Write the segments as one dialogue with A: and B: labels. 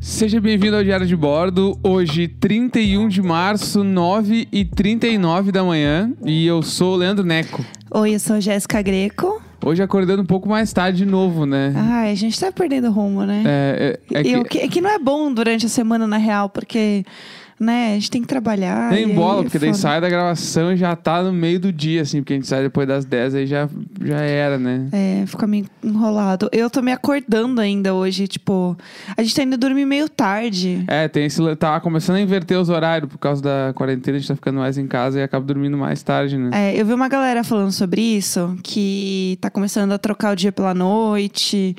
A: Seja bem-vindo ao Diário de Bordo. Hoje, 31 de março, 9h39 da manhã. E eu sou o Leandro Neco.
B: Oi, eu sou a Jéssica Greco.
A: Hoje acordando um pouco mais tarde de novo, né?
B: Ai, a gente tá perdendo rumo, né?
A: É, é- é
B: E o
A: que...
B: que... é que não é bom durante a semana, na real, porque, né, a gente tem que trabalhar. e
A: Nem
B: aí
A: bola,
B: é
A: porque daí
B: foda.
A: sai da gravação e já tá no meio do dia, assim. Porque a gente sai depois das 10, aí já, já era, né?
B: É, fica meio enrolado. Eu tô me acordando ainda hoje, tipo. A gente tá indo dormir meio tarde.
A: É, tem esse... le- Tá começando a inverter os horários por causa da quarentena. A gente tá ficando mais em casa e acaba dormindo mais tarde, né?
B: É, eu vi uma galera falando sobre isso, que tá começando a trocar o dia pela noite,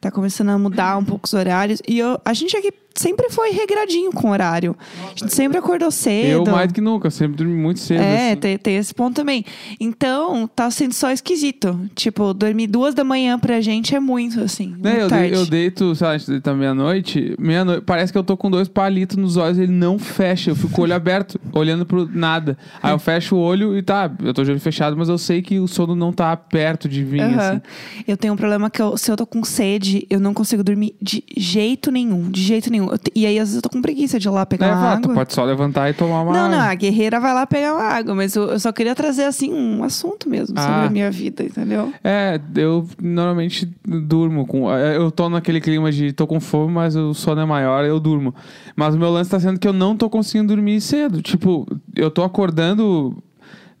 B: tá começando a mudar um pouco os horários. E eu, a gente aqui sempre foi regradinho com horário. A gente sempre acordou
A: Eu
B: cedo.
A: mais do que nunca. eu sempre dormi muito cedo,
B: É,
A: assim.
B: tem, tem esse ponto também. Então, tá sendo só esquisito. Tipo, dormir duas da manhã pra gente é muito, assim.
A: Né,
B: muito
A: eu, de-
B: tarde.
A: eu deito, sei lá, a gente deita meia-noite, meia-noite, parece que eu tô com dois palitos nos olhos, ele não fecha, eu fico com o olho aberto, olhando pro nada. Aí eu fecho o olho e tá, eu tô de olho fechado, mas eu sei que o sono não tá perto de vir,
B: Aham.
A: assim.
B: Eu tenho um problema que eu- se eu tô com sede, eu não consigo dormir de jeito nenhum. De jeito nenhum. Eu te- e aí, às vezes, eu tô com preguiça de ir lá pegar
A: Daí eu
B: uma
A: falo, ah, tu
B: água.
A: pode só levantar e tomar uma
B: Não, não,
A: água.
B: a guerreira vai lá pegar uma água, mas eu, eu só queria trazer, assim, um assunto mesmo sobre
A: Ah.
B: a minha vida, entendeu?
A: É, eu normalmente durmo com. é, Eu tô naquele clima de tô com fome, mas o sono é maior, eu durmo. Mas o meu lance tá sendo que eu não tô conseguindo dormir cedo. Tipo, eu tô acordando.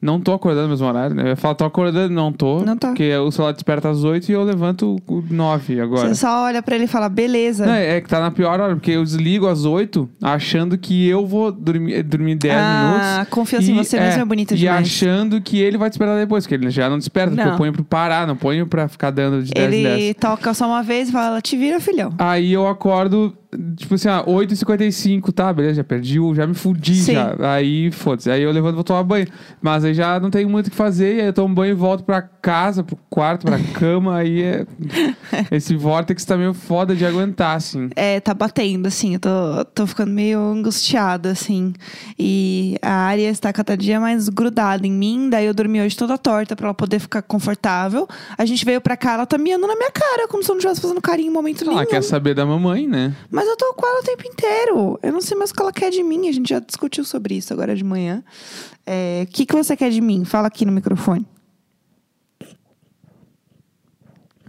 A: Não tô acordando no mesmo horário, né? Eu ia falar, tô acordando, não tô.
B: Não tá.
A: Porque o celular desperta às 8 e eu levanto 9 agora.
B: Você só olha pra ele e fala, beleza.
A: Não, é que tá na pior hora, porque eu desligo às 8 achando que eu vou dormir, dormir 10 minutos.
B: ah, confiança em você mesmo é bonita
A: E
B: demais.
A: achando que ele vai despertar depois, que ele já não desperta, porque
B: Não.
A: eu ponho pra parar, não ponho pra ficar dando de 10 em 10.
B: Ele toca só uma vez e fala, te vira, filhão.
A: Aí eu acordo, tipo assim, ah, 8h55, tá, beleza, já perdi, o- já me fudi
B: Sim.
A: já. Aí, foda-se, aí eu levanto e vou tomar banho. Mas aí já não tem muito o que fazer, e aí eu tomo banho e volto pra casa, pro quarto, pra cama, aí é... Esse vórtice tá meio foda de aguentar, assim.
B: É, tá batendo, assim, eu tô, tô ficando meio angustiada, assim. E a área está cada dia mais grudada em mim, daí eu dormi hoje toda torta pra ela poder ficar confortável. A gente veio pra cá, ela tá miando na minha cara, como se eu não estivesse fazendo carinho em momento
A: Ela
B: nenhum.
A: Ah, quer saber da mamãe, né?
B: Mas eu tô com ela o tempo inteiro. Eu não sei mais o que ela quer de mim, a gente já discutiu sobre isso agora de manhã. É, O que, que você quer de mim? Fala aqui no microfone.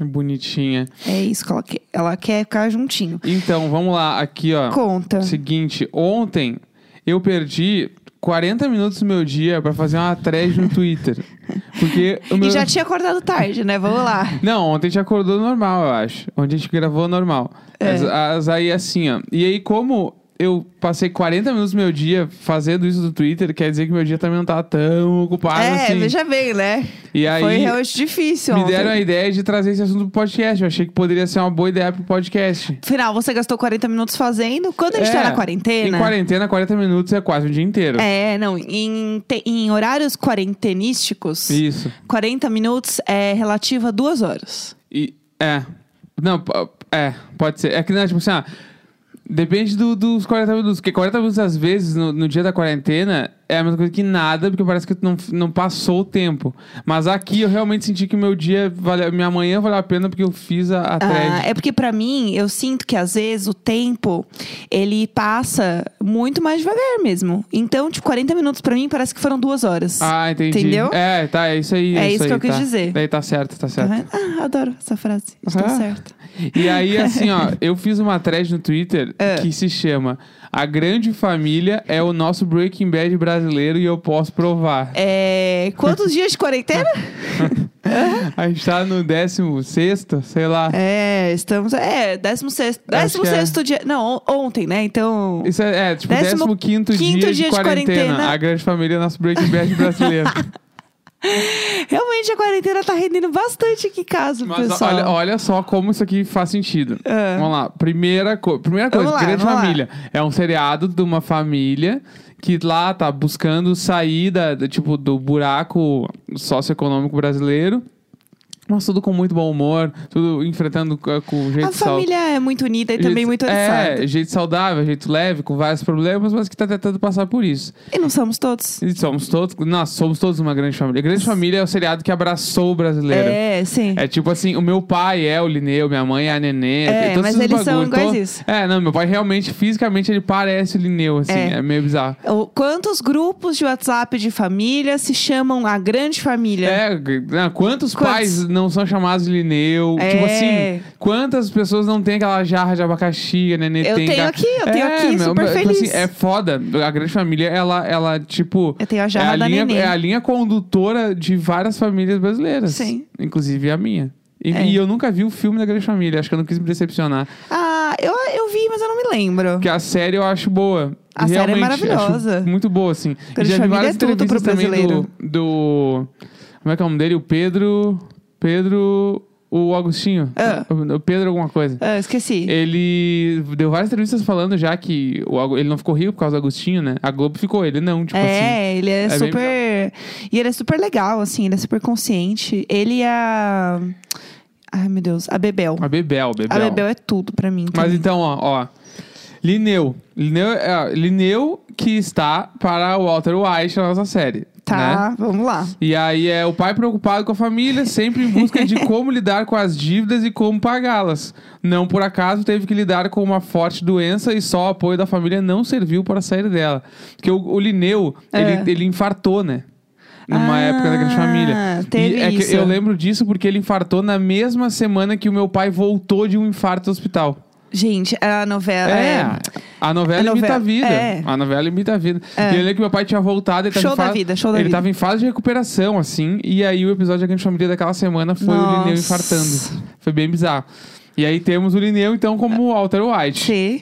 A: Bonitinha.
B: É isso que ela quer. Ela quer ficar juntinho.
A: Então, vamos lá, aqui, ó.
B: Conta.
A: Seguinte, ontem eu perdi 40 minutos do meu dia pra fazer uma thread no Twitter. Porque o meu...
B: E já tinha acordado tarde, né? Vamos lá.
A: Não, ontem a gente acordou normal, eu acho. Ontem a gente gravou normal.
B: É.
A: As, as- aí assim, ó. E aí, como eu passei 40 minutos do meu dia fazendo isso do Twitter, quer dizer que meu dia também não tava tão ocupado
B: é,
A: assim.
B: veja bem, né?
A: E aí,
B: Foi realmente difícil.
A: me
B: ontem.
A: deram a ideia de trazer esse assunto pro podcast. Eu achei que poderia ser uma boa ideia pro podcast.
B: Afinal, você gastou 40 minutos fazendo. Quando a gente tá na quarentena.
A: É, Em quarentena, 40 minutos é quase o dia inteiro.
B: É, não. Em, te- em horários quarentenísticos,
A: Isso.
B: 40 minutos é relativo a duas horas.
A: E, é. Não, p- é, pode ser. É que não, tipo assim, ah, depende do- dos 40 minutos. Porque 40 minutos, às vezes, no, no dia da quarentena, é a mesma coisa que nada, porque parece que tu não, não passou o tempo. Mas aqui eu realmente senti que meu dia, valeu, minha manhã valeu a pena porque eu fiz a, a
B: Ah,
A: thread.
B: é porque pra mim, eu sinto que às vezes o tempo, ele passa muito mais devagar mesmo. Então, tipo, 40 minutos pra mim parece que foram duas horas.
A: Ah, entendi.
B: Entendeu?
A: É, tá, é isso aí.
B: É isso
A: aí,
B: que eu quis
A: tá.
B: dizer.
A: Daí tá certo, tá certo.
B: Tá vendo? Ah, adoro essa frase. Estou
A: Aham.
B: certa.
A: E aí, assim, ó, eu fiz uma thread no Twitter
B: Ah.
A: que se chama A Grande Família é o nosso Breaking Bad brasileiro e eu posso provar.
B: É, quantos dias de quarentena?
A: A gente tá no 16, sei lá.
B: É, estamos. É, 16.
A: Acho que é.
B: 16 dia. Não, on- ontem, né? Então.
A: Isso é, é tipo,
B: Décimo
A: 15 quinto
B: quinto
A: dia,
B: dia
A: de
B: de
A: quarentena.
B: quarentena.
A: A Grande Família é o nosso Breaking Bad brasileiro.
B: Realmente a quarentena tá rendendo bastante aqui em casa,
A: Mas
B: pessoal.
A: olha, olha só como isso aqui faz sentido.
B: É.
A: Vamos lá. Primeira, co primeira coisa,
B: Vamos lá,
A: Grande
B: vamos lá.
A: Família. É um seriado de uma família que lá tá buscando sair da, da- tipo, do buraco socioeconômico brasileiro. Nossa, tudo com muito bom humor, tudo enfrentando co- com um jeito
B: A família é muito unida e também muito oriçada.
A: É, jeito saudável, jeito leve, com vários problemas, mas que tá tentando passar por isso.
B: E não somos todos.
A: E somos todos, nós somos todos uma grande família. A grande família é o seriado que abraçou o brasileiro.
B: É, sim.
A: É tipo assim, o meu pai é o Lineu, minha mãe é a Nenê.
B: É,
A: tem todos
B: mas
A: esses
B: eles são
A: bagulho.
B: iguais isso.
A: É, não, meu pai realmente, fisicamente, ele parece o Lineu, assim. É,
B: É.
A: meio bizarro.
B: O- Quantos grupos de WhatsApp de família se chamam a grande família?
A: É, g- né, quantos,
B: Quantos?
A: pais não são chamados de Lineu?
B: É.
A: Tipo assim, quantas pessoas não têm aquela jarra de abacaxi, a Nenê
B: Eu
A: tem...
B: tenho
A: ca-
B: aqui, eu tenho aqui, super
A: tipo
B: feliz.
A: assim, é foda. A grande família, ela, ela tipo...
B: Eu tenho a
A: é
B: jarra
A: a
B: da
A: linha,
B: Nenê.
A: É a linha condutora de várias famílias brasileiras.
B: Sim.
A: Inclusive a minha. E,
B: É.
A: e eu nunca vi o filme da Grande Família, acho que eu não quis me decepcionar.
B: Ah, eu, eu vi, mas eu não me lembro.
A: Porque a série eu acho boa.
B: A série é
A: Realmente,
B: maravilhosa.
A: acho muito boa, assim. E
B: Grande
A: já vi
B: Família
A: várias
B: é tudo pro
A: entrevistas também do,
B: brasileiro.
A: do. Como é que é o nome dele? O Pedro. Pedro. O Agostinho.
B: Ah.
A: O o Pedro alguma coisa.
B: Ah, esqueci.
A: Ele deu várias entrevistas falando já que o, Agu- ele não ficou rico por causa do Agostinho, né? A Globo ficou, ele não, tipo assim.
B: é, ele é,
A: é bem
B: super. E ele é super legal, assim, ele é super consciente. Ele e a. Ai, meu Deus, a Bebel.
A: A Bebel, Bebel.
B: A Bebel é tudo pra mim.
A: Mas
B: também.
A: então, ó, ó. Lineu. Lineu, é, Lineu que está para o Walter White na nossa série. né?
B: Tá, vamos lá.
A: E aí é o pai preocupado com a família, sempre em busca de como lidar com as dívidas e como pagá-las. Não por acaso teve que lidar com uma forte doença e só o apoio da família não serviu para sair dela. Porque o, o Lineu,
B: É.
A: ele, ele infartou, né? Numa
B: Ah,
A: época da grande família.
B: teve
A: e é que
B: isso.
A: eu lembro disso porque ele infartou na mesma semana que o meu pai voltou de um infarto do hospital.
B: Gente, a novela.
A: É.
B: é-
A: A novela
B: A
A: imita
B: novela-
A: a vida.
B: é.
A: A novela imita a vida. E eu lembro que meu pai tinha voltado. Ele tava
B: Show
A: em fase,
B: da vida, show da
A: Ele
B: vida.
A: tava em fase de recuperação, assim. E aí o episódio da Grande Família daquela semana foi o Lineu
B: Nossa.
A: infartando. Foi bem bizarro. E aí temos o Lineu, então, como o Walter White.
B: Sim.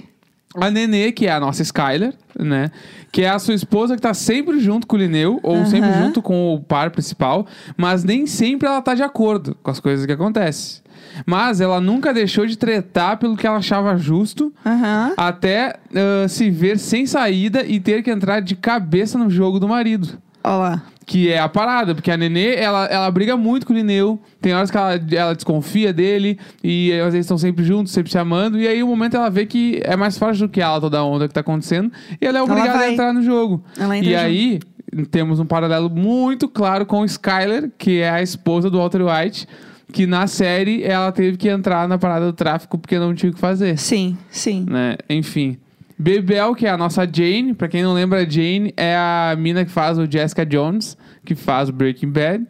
A: A Nenê, que é a nossa Skyler, né? Que é a sua esposa que tá sempre junto com o Lineu, ou
B: Aham.
A: sempre junto com o par principal, mas nem sempre ela tá de acordo com as coisas que acontecem. Mas ela nunca deixou de tretar pelo que ela achava justo,
B: Aham.
A: até ah, se ver sem saída e ter que entrar de cabeça no jogo do marido.
B: Ó lá.
A: Que é a parada, porque a Nenê, ela, ela briga muito com o Lineu. Tem horas que ela, ela desconfia dele. E às vezes estão sempre juntos, sempre se amando. E aí, um momento, ela vê que é mais fácil do que ela toda a onda que tá acontecendo. E ela é obrigada a
B: vai.
A: entrar no jogo.
B: Ela entra
A: e
B: junto.
A: aí, temos um paralelo muito claro com Skyler, que é a esposa do Walter White. Que na série, ela teve que entrar na parada do tráfico porque não tinha o que fazer
B: Sim, sim.
A: né? Enfim. Bebel, que é a nossa Jane, pra quem não lembra, a Jane é a mina que faz o Jessica Jones, que faz o Breaking Bad.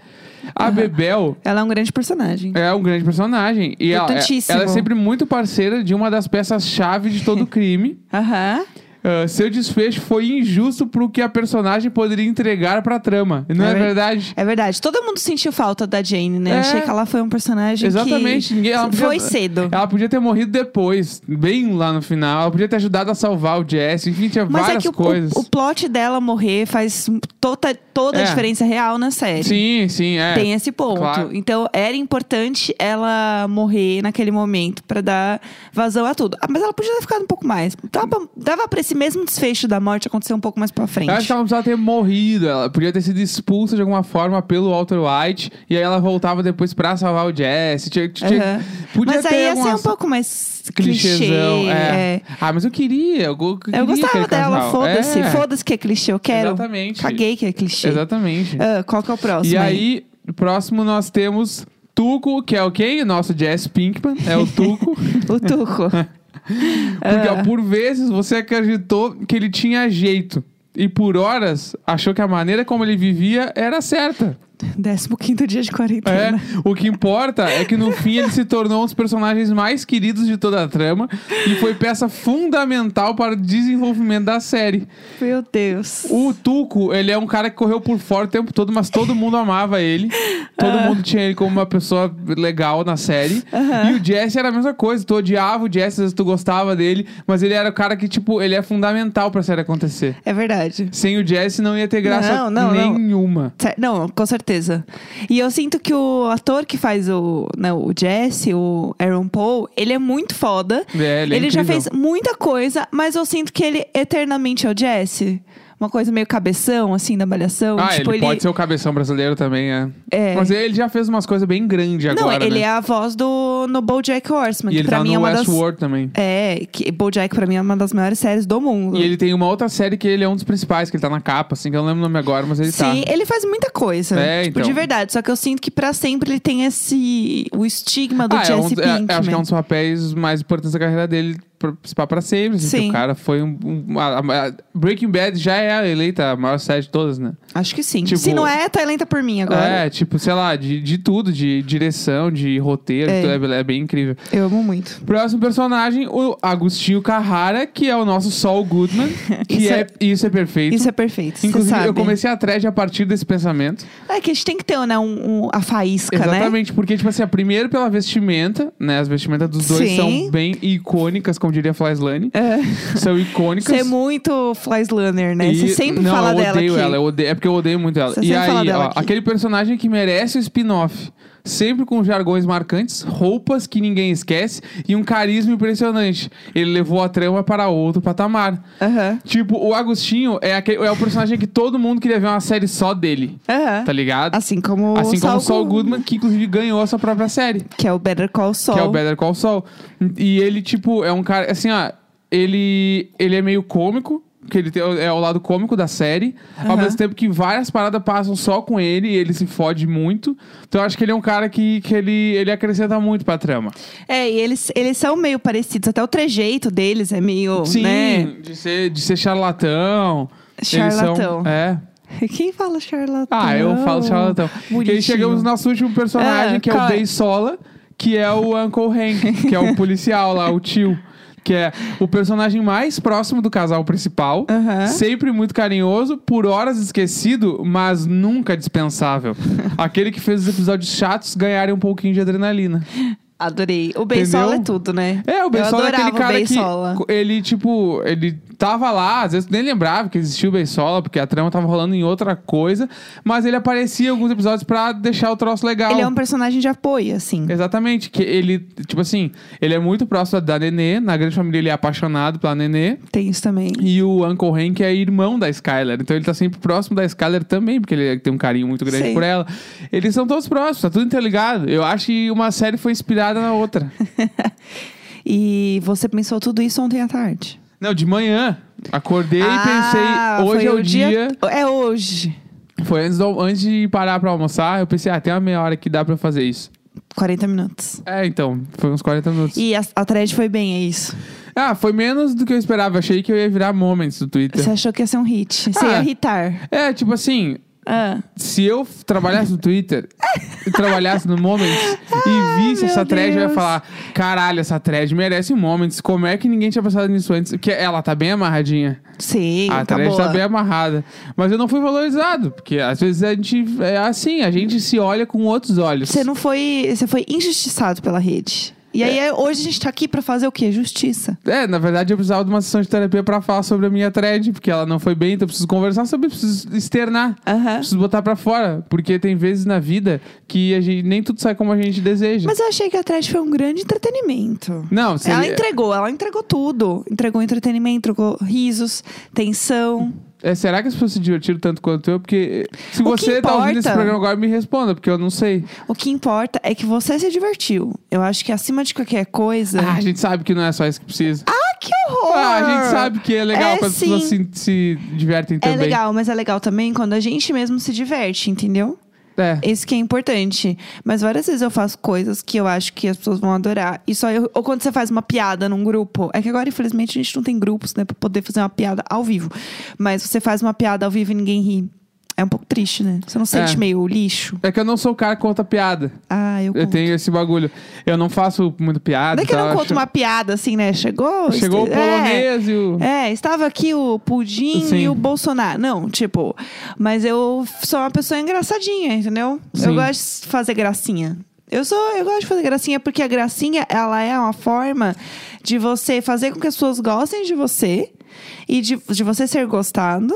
A: A Bebel
B: Ela é um grande personagem.
A: é um grande personagem. E ela, é-
B: Importantíssimo.
A: ela é sempre muito parceira de uma das peças-chave de todo o crime.
B: Aham.
A: Ah, seu desfecho foi injusto pro que a personagem poderia entregar pra trama. Não é,
B: É ver-
A: verdade?
B: É verdade. Todo mundo sentiu falta da Jane, né?
A: É.
B: Achei que ela foi um personagem
A: Exatamente.
B: que
A: Ninguém- ela podia-
B: foi cedo.
A: Ela podia ter morrido depois, bem lá no final. Ela podia ter ajudado a salvar o Jesse. Enfim, tinha
B: Mas é
A: várias
B: que o,
A: coisas.
B: o, o plot dela morrer faz toda, toda
A: É.
B: a diferença real na série.
A: Sim, sim, é.
B: Tem esse ponto.
A: claro.
B: Então, era importante ela morrer naquele momento pra dar vazão a tudo. Ah, mas ela podia ter ficado um pouco mais. Dava, dava pra esse mesmo desfecho da morte acontecer um pouco mais pra frente.
A: Eu acho que ela não precisava ter morrido. Ela podia ter sido expulsa de alguma forma pelo Walter White. E aí ela voltava depois pra salvar o Jesse. Tinha- tinha-
B: Aham.
A: Podia
B: Mas
A: ter
B: aí ia
A: alguma
B: ser um pouco mais clichê.
A: clichêzão. é.
B: é.
A: Ah, mas eu queria. Eu, go- queria
B: Eu gostava
A: aquele
B: dela,
A: casal.
B: foda-se.
A: É,
B: Foda-se que é clichê, eu quero.
A: Exatamente.
B: Caguei que é clichê.
A: Exatamente.
B: Ah, qual que é o próximo?
A: E aí, próximo nós temos Tuco, que é o quem? Nosso Jesse Pinkman. É o Tuco.
B: O Tuco. Ah,
A: Porque, ó, por vezes, você acreditou que ele tinha jeito. E por horas, achou que a maneira como ele vivia era certa.
B: 15 dia de
A: É,
B: quarentena.
A: o que importa é que no fim ele se tornou um dos personagens mais queridos de toda a trama e foi peça fundamental para o desenvolvimento da série.
B: Meu Deus.
A: É. O Tuco, ele é um cara que correu por fora o tempo todo, mas todo mundo amava ele.
B: Ah.
A: Todo mundo tinha ele como uma pessoa legal na série. E o Jesse era a mesma coisa. Tu odiava o Jesse, às vezes tu gostava dele, mas ele era o cara que, tipo, ele é fundamental pra série acontecer.
B: É verdade.
A: Sem o Jesse não ia ter graça
B: Não, não, não.
A: nenhuma.
B: Cé- Não, com certeza. E eu sinto que o ator que faz o, né, o Jesse, o Aaron Paul, ele é muito foda.
A: É, ele é
B: já
A: incrível.
B: fez muita coisa, mas eu sinto que ele eternamente é o Jesse. uma coisa meio cabeção, assim, da malhação.
A: Ah,
B: tipo,
A: ele, pode ser o cabeção brasileiro também, é.
B: É.
A: Mas ele já fez umas coisas bem grandes
B: Não,
A: agora,
B: ele
A: né?
B: é a voz do no BoJack Horseman,
A: E
B: que
A: ele
B: pra
A: tá
B: mim é
A: no
B: uma das
A: Westworld também.
B: é, que BoJack pra mim é uma das maiores séries do mundo.
A: E ele tem uma outra série que ele é um dos principais, que ele tá na capa, assim, que eu não lembro o nome agora, mas ele tá.
B: Sim, é ele faz muita coisa.
A: É,
B: tipo,
A: então.
B: de verdade. Só que eu sinto que pra sempre ele tem esse. o estigma do
A: ah, é um,
B: Jesse
A: é-
B: Pinkman.
A: acho que é um dos papéis mais importantes da carreira dele, participar pra sempre. assim,
B: Sim.
A: que O cara foi um. um- a- a- a- Breaking Bad já é a eleita a maior série de todas, né?
B: Acho que sim.
A: Tipo-
B: Se não é, tá lenta por mim agora.
A: É, tipo, sei lá, de, de tudo, de direção, de roteiro,
B: É.
A: de tudo, é, é bem incrível.
B: Eu amo muito.
A: Próximo personagem, o Agostinho Carrara, que é o nosso Saul Goodman, que
B: Isso
A: é,
B: é-
A: isso é perfeito.
B: Isso é perfeito. você
A: Inclusive,
B: sabe.
A: eu comecei a thread a partir desse pensamento.
B: É que a gente tem que ter né, um, um- a faísca, né?
A: Exatamente, porque, tipo assim, a primeiro pela vestimenta, né? As vestimentas dos dois
B: Sim.
A: são bem icônicas, como diria a Flyslane.
B: É.
A: São icônicas.
B: Você é muito Flyslaner, né?
A: E-
B: Você sempre
A: não,
B: fala
A: eu
B: dela
A: odeio
B: aqui.
A: ela, eu odeio, é porque eu odeio muito ela.
B: Você
A: e
B: sempre
A: aí,
B: fala dela
A: ó,
B: aqui.
A: aquele personagem que merece o spin-off. Sempre com jargões marcantes, roupas que ninguém esquece e um carisma impressionante. Ele levou a trama para outro patamar.
B: Aham.
A: Tipo, o Agostinho é, aquele, é o personagem que todo mundo queria ver uma série só dele,
B: Aham.
A: tá ligado?
B: É. Assim como
A: Assim
B: o
A: como
B: Saul,
A: o Saul Goodman, que inclusive ganhou a sua própria série.
B: Que é o Better Call Saul.
A: Que é o Better Call Saul. E ele, tipo, é um cara... Assim, ó... Ele, ele é meio cômico. Que ele tem- é o lado cômico da série. Ao
B: Aham.
A: mesmo tempo que várias paradas passam só com ele. E ele se fode muito. Então eu acho que ele é um cara que, que ele, ele acrescenta muito pra trama.
B: É, e eles, eles são meio parecidos. Até o trejeito deles é meio,
A: Sim,
B: né?
A: de, ser, de ser charlatão. Eles são-
B: Charlatão.
A: é.
B: Quem fala charlatão?
A: Ah, eu falo charlatão. E aí
B: Bonitinho.
A: chegamos no nosso último personagem,
B: Ah,
A: que é
B: qual
A: o
B: é?
A: Day Sola, que é o Uncle Hank, que é o policial lá, o tio. Que é o personagem mais próximo do casal principal.
B: Aham.
A: Sempre muito carinhoso, por horas esquecido, mas nunca dispensável. Aquele que fez os episódios chatos ganharem um pouquinho de adrenalina.
B: Adorei. O Beisola é
A: Entendeu?
B: tudo, né?
A: É, o
B: Eu
A: Beisola é aquele
B: adorava o
A: cara que.
B: Beisola.
A: Ele, tipo, ele tava lá, às vezes tu nem lembrava que existia o Beisola, porque a trama tava rolando em outra coisa, mas ele aparecia em alguns episódios pra deixar o troço legal.
B: Ele é um personagem de apoio, assim.
A: Exatamente, que ele, tipo assim, ele é muito próximo da Nenê, na grande família ele é apaixonado pela Nenê.
B: Tem isso também.
A: E o Uncle Hank é irmão da Skyler. Então ele tá sempre próximo da Skyler também, porque ele tem um carinho muito grande
B: Sei.
A: por ela. Eles são todos próximos, tá tudo interligado. Eu acho que uma série foi inspirada na outra.
B: E você pensou tudo isso ontem à tarde?
A: Não, de manhã. Acordei
B: Ah,
A: e pensei, hoje
B: foi
A: é o dia.
B: É hoje.
A: Foi antes, do- antes de parar pra almoçar, eu pensei, ah, tem uma meia hora que dá pra eu fazer isso.
B: 40 minutos.
A: É, então, foi uns 40 minutos.
B: E a, a thread foi bem, é isso.
A: Ah, foi menos do que eu esperava. Achei que eu ia virar moments do Twitter.
B: Você achou que ia ser um hit. Você
A: Tá. Ah.
B: ia hitar.
A: É, tipo assim,
B: Ah.
A: se eu f- trabalhasse no Twitter e trabalhasse no Moments e visse
B: meu
A: essa thread, eu ia
B: Deus.
A: falar: caralho, essa thread merece um Moments. Como é que ninguém tinha pensado nisso antes? Porque ela tá bem amarradinha.
B: Sim,
A: a
B: tá
A: thread
B: boa.
A: tá bem amarrada. Mas eu não fui valorizado, porque às vezes a gente é assim, a gente se olha com outros olhos.
B: Você não foi. Você foi injustiçado pela rede. E aí, é- hoje a gente tá aqui pra fazer o quê? Justiça.
A: É, na verdade eu precisava de uma sessão de terapia pra falar sobre a minha thread, porque ela não foi bem, então eu preciso conversar sobre, preciso externar.
B: Aham.
A: Preciso botar pra fora, porque tem vezes na vida que a gente, nem tudo sai como a gente deseja.
B: Mas eu achei que a thread foi um grande entretenimento.
A: Não, seria...
B: Ela entregou, ela entregou tudo. Entregou entretenimento, entregou risos, tensão.
A: É, será que as pessoas se divertiram tanto quanto eu? Porque eh, se
B: O que
A: você tá ouvindo esse
B: importa-
A: programa agora, me responda, porque eu não sei.
B: O que importa é que você se divertiu. Eu acho que acima de qualquer coisa.
A: Ah, a gente sabe que não é só isso que precisa.
B: Ah, que horror!
A: Ah, a gente sabe que é legal
B: É,
A: quando as pessoas se,
B: sim.
A: se divertem
B: É
A: também.
B: legal, mas é legal também quando a gente mesmo se diverte, entendeu?
A: É.
B: Isso que é importante. Mas várias vezes eu faço coisas que eu acho que as pessoas vão adorar. E só eu, ou quando você faz uma piada num grupo. É que agora, infelizmente, a gente não tem grupos, né? Pra poder fazer uma piada ao vivo. Mas você faz uma piada ao vivo e ninguém ri. É um pouco triste, né? Você não se sente
A: É.
B: meio lixo.
A: É que eu não sou o cara que conta piada.
B: Ah, eu,
A: Eu
B: conto.
A: tenho esse bagulho. Eu não faço muito piada.
B: Não é que eu
A: tá?
B: não
A: Acho-
B: conto uma piada assim, né? Chegou.
A: Chegou o
B: este- é.
A: polonês e o...
B: É, estava aqui o Pudim
A: Hum. Sim.
B: e o Bolsonaro. Não, tipo, mas eu sou uma pessoa engraçadinha, entendeu?
A: Sim.
B: Eu gosto de fazer gracinha. Eu sou, eu gosto de fazer gracinha porque a gracinha, ela é uma forma de você fazer com que as pessoas gostem de você e de, de você ser gostado,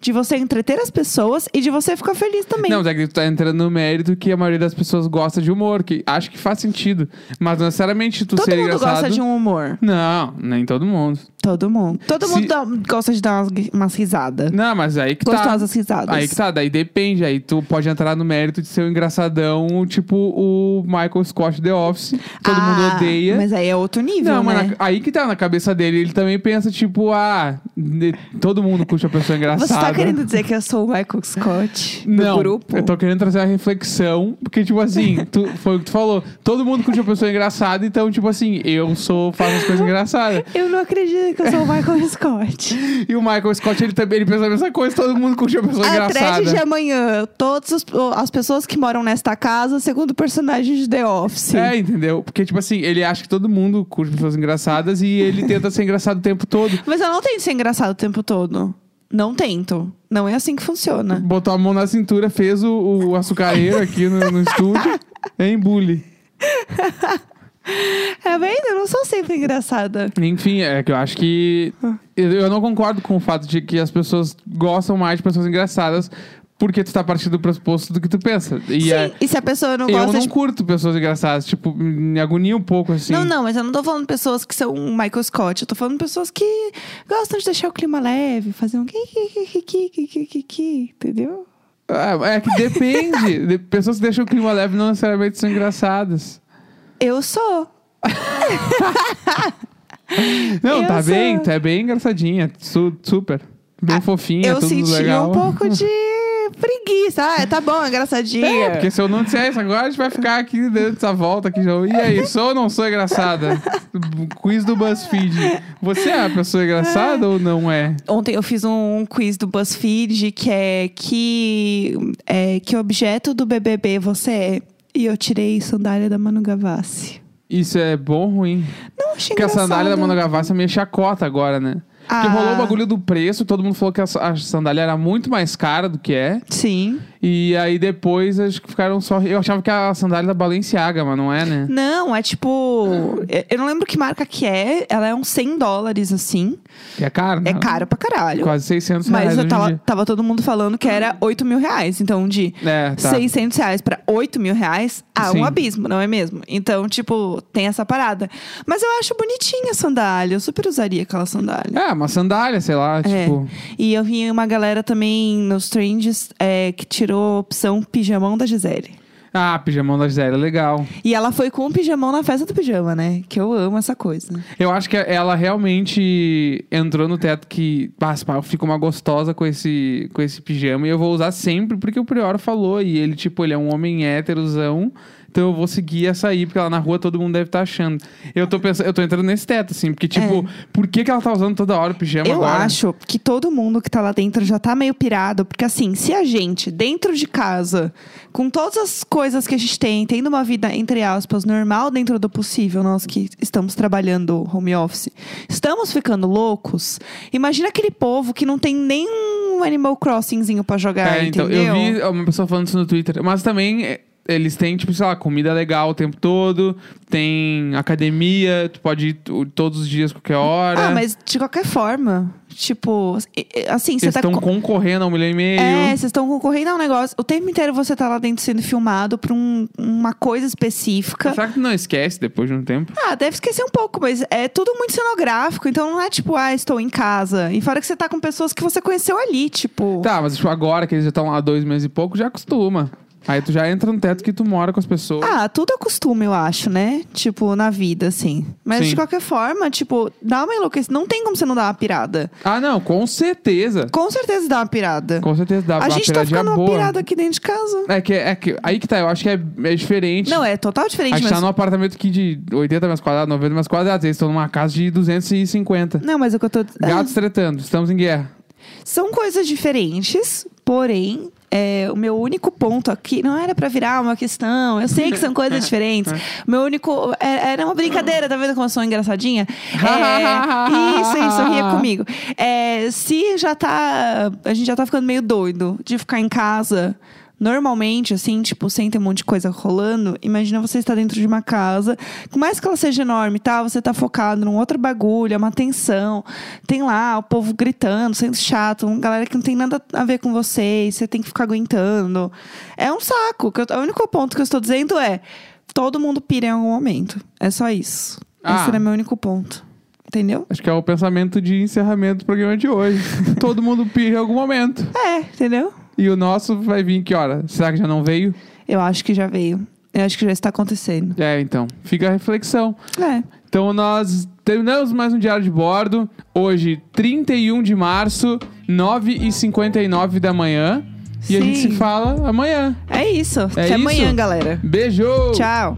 B: de você entreter as pessoas e de você ficar feliz também.
A: Não, mas é que tu tá entrando no mérito que a maioria das pessoas gosta de humor, que acho que faz sentido. Mas não necessariamente tu
B: Todo
A: ser
B: mundo
A: engraçado.
B: gosta de um humor.
A: Não, nem todo mundo.
B: Todo mundo. Todo
A: Se-
B: mundo dá- gosta de dar umas, umas risadas.
A: Não, mas aí que tá.
B: Gostosas risadas.
A: Aí que tá, daí depende. Aí tu pode entrar no mérito de ser um engraçadão, tipo o Michael Scott The Office. Todo
B: Ah,
A: mundo odeia.
B: Mas aí é outro nível,
A: Não,
B: né?
A: mas na- aí que tá na cabeça dele, ele também pensa, tipo, ah, ne- todo mundo curte a pessoa engraçada.
B: Você tá querendo dizer que eu sou o Michael Scott do
A: Não,
B: grupo?
A: eu tô querendo trazer a reflexão, porque, tipo assim, tu- foi o que tu falou, todo mundo curte a pessoa engraçada, então, tipo assim, eu sou, faço as coisas engraçadas.
B: Eu não acredito que eu sou o Michael Scott.
A: E o Michael Scott, ele também, ele pensa a mesma coisa, todo mundo curte a pessoa
B: É a
A: engraçada.
B: thread de amanhã, todas as- as pessoas que moram nesta casa, segundo o personagem de The Office.
A: É, entendeu? Porque, tipo assim, ele acha que todo mundo curte pessoas engraçadas e ele tenta ser engraçado o tempo todo.
B: Mas eu não tento ser engraçado o tempo todo. Não tento. Não é assim que funciona.
A: Botou a mão na cintura, fez o, o açucareiro aqui no, no estúdio. Hein, bully?
B: É bem, eu não sou sempre engraçada.
A: Enfim, é que eu acho que. Eu, eu não concordo com o fato de que as pessoas gostam mais de pessoas engraçadas porque tu tá partindo do pressuposto do que tu pensa. E
B: Sim,
A: é,
B: e se a pessoa não
A: eu
B: gosta
A: não
B: de. tipo
A: curto pessoas engraçadas, tipo, me agonia um pouco assim.
B: Não, não, mas eu não tô falando pessoas que são um Michael Scott. Eu tô falando pessoas que gostam de deixar o clima leve, fazer um. qui- qui- qui- qui- qui- qui- qui- qui- qui, Entendeu?
A: É, é que depende. De- pessoas que deixam o clima leve não necessariamente são engraçadas.
B: Eu sou.
A: Não,
B: Eu
A: tá
B: sou- Ah,
A: bem, tá bem engraçadinha, su- super. Bem fofinha,
B: eu
A: é tudo
B: senti
A: legal.
B: um pouco de preguiça. Ah, tá bom, é engraçadinha.
A: É, porque se eu não disser isso agora, a gente vai ficar aqui dentro dessa volta aqui. já. E aí, sou ou não sou engraçada? Quiz do BuzzFeed. Você é uma pessoa engraçada ou não é?
B: Ontem eu fiz um quiz do BuzzFeed que é que, é, que objeto do BBB você é. E eu tirei sandália da Manu Gavassi.
A: Isso é bom ou ruim?
B: Não, achei
A: Porque a
B: engraçado.
A: sandália da Manu Gavassi é meio chacota agora, né? Porque
B: Ah.
A: rolou o bagulho do preço, todo mundo falou que a sa- a sandália era muito mais cara do que é.
B: Sim.
A: E aí depois acho que ficaram só. Eu achava que a sandália da Balenciaga, mas não é, né?
B: Não, é tipo... é- Eu não lembro que marca que é. Ela é uns 100 dólares, assim.
A: Que é caro, né?
B: É caro pra caralho.
A: Quase 600 reais.
B: Mas eu
A: hoje em
B: tava,
A: dia.
B: tava todo mundo falando que era 8 mil reais. Então, de
A: É, tá.
B: 600 reais pra 8 mil reais, há
A: Sim.
B: um abismo, não é mesmo? Então, tipo, tem essa parada. Mas eu acho bonitinha a sandália. Eu super usaria aquela sandália.
A: É, uma sandália, sei lá, tipo.
B: E eu vi uma galera também nos trends é, que tirou a opção pijamão da Gisele.
A: Ah, pijamão da Gisele, é legal.
B: E ela foi com o pijamão na festa do pijama, né? Que eu amo essa coisa.
A: Eu acho que ela realmente entrou no teto que, ah, esse pau, fica uma gostosa com esse, com esse pijama e eu vou usar sempre porque o Prior falou. E ele, tipo, ele é um homem héterozão, então eu vou seguir essa aí, porque lá na rua todo mundo deve estar achando. Eu tô pensando, eu tô entrando nesse teto, assim, porque, tipo, por que, que ela tá usando toda hora o pijama
B: Eu
A: agora?
B: acho que todo mundo que tá lá dentro já tá meio pirado, porque assim, se a gente, dentro de casa, com todas as coisas que a gente tem, tendo uma vida, entre aspas, normal dentro do possível, nós que estamos trabalhando home office, estamos ficando loucos, imagina aquele povo que não tem nenhum Animal Crossingzinho pra jogar,
A: É, então,
B: entendeu?
A: eu vi uma pessoa falando isso no Twitter. Mas também é, eles têm, tipo, sei lá, comida legal o tempo todo, tem academia, tu pode ir tu- todos os dias, qualquer hora.
B: Ah, mas de qualquer forma, tipo, e- e- assim, você
A: Eles
B: tá
A: estão
B: com-
A: concorrendo a um milhão e meio.
B: É, vocês estão concorrendo a um negócio. O tempo inteiro você tá lá dentro sendo filmado pra um- uma coisa específica.
A: Será que tu não esquece depois de um tempo?
B: Ah, deve esquecer um pouco, mas é tudo muito cenográfico, então não é tipo, ah, estou em casa. E fora que você tá com pessoas que você conheceu ali, tipo.
A: Tá, mas tipo, agora que eles já estão há dois meses e pouco, já acostuma. Aí tu já entra no teto que tu mora com as pessoas.
B: Ah, tudo é costume, eu acho, né? Tipo, na vida, assim. Mas
A: Sim.
B: de qualquer forma, tipo, dá uma enlouquecida. Não tem como você não dar uma pirada.
A: Ah, não, com certeza.
B: Com certeza dá uma pirada.
A: Com certeza dá
B: a
A: uma
B: gente tá
A: piradinha
B: ficando uma
A: boa.
B: pirada aqui dentro de casa.
A: É que, é que aí que tá, eu acho que é, é diferente.
B: Não, é total
A: A
B: diferente,
A: gente tá
B: mas.
A: num apartamento aqui de 80 metros quadrados, 90 metros quadrados. Eles estão numa casa de 250.
B: Não, mas o que eu tô. é,
A: Gatos tretando, estamos em guerra.
B: São coisas diferentes, porém, é, o meu único ponto aqui não era pra virar uma questão. Eu sei que são coisas diferentes. O meu único. é- era uma brincadeira, tá vendo como eu sou engraçadinha? É, isso, isso, ria comigo. É, se já tá. A gente já tá ficando meio doido de ficar em casa. Normalmente, assim, tipo, sem ter um monte de coisa rolando, imagina você estar dentro de uma casa, por mais que ela seja enorme, tá? Você tá focado num outro bagulho, é uma tensão. Tem lá o povo gritando, sendo chato, uma galera que não tem nada a ver com você, e você tem que ficar aguentando. É um saco. que eu- o único ponto que eu estou dizendo é: todo mundo pira em algum momento. É só isso.
A: Ah.
B: Esse era meu único ponto. Entendeu?
A: Acho que é o pensamento de encerramento do programa de hoje. Todo mundo pira em algum momento.
B: É, entendeu?
A: E o nosso vai vir em que hora? Será que já não veio?
B: Eu acho que já veio. Eu acho que já está acontecendo.
A: É, então. Fica a reflexão.
B: É.
A: Então nós terminamos mais um Diário de Bordo. Hoje, 31 de março, 9h59 da manhã. E a gente
B: Sim.
A: se fala amanhã.
B: É isso. Até
A: isso?
B: amanhã, galera.
A: Beijo!
B: Tchau.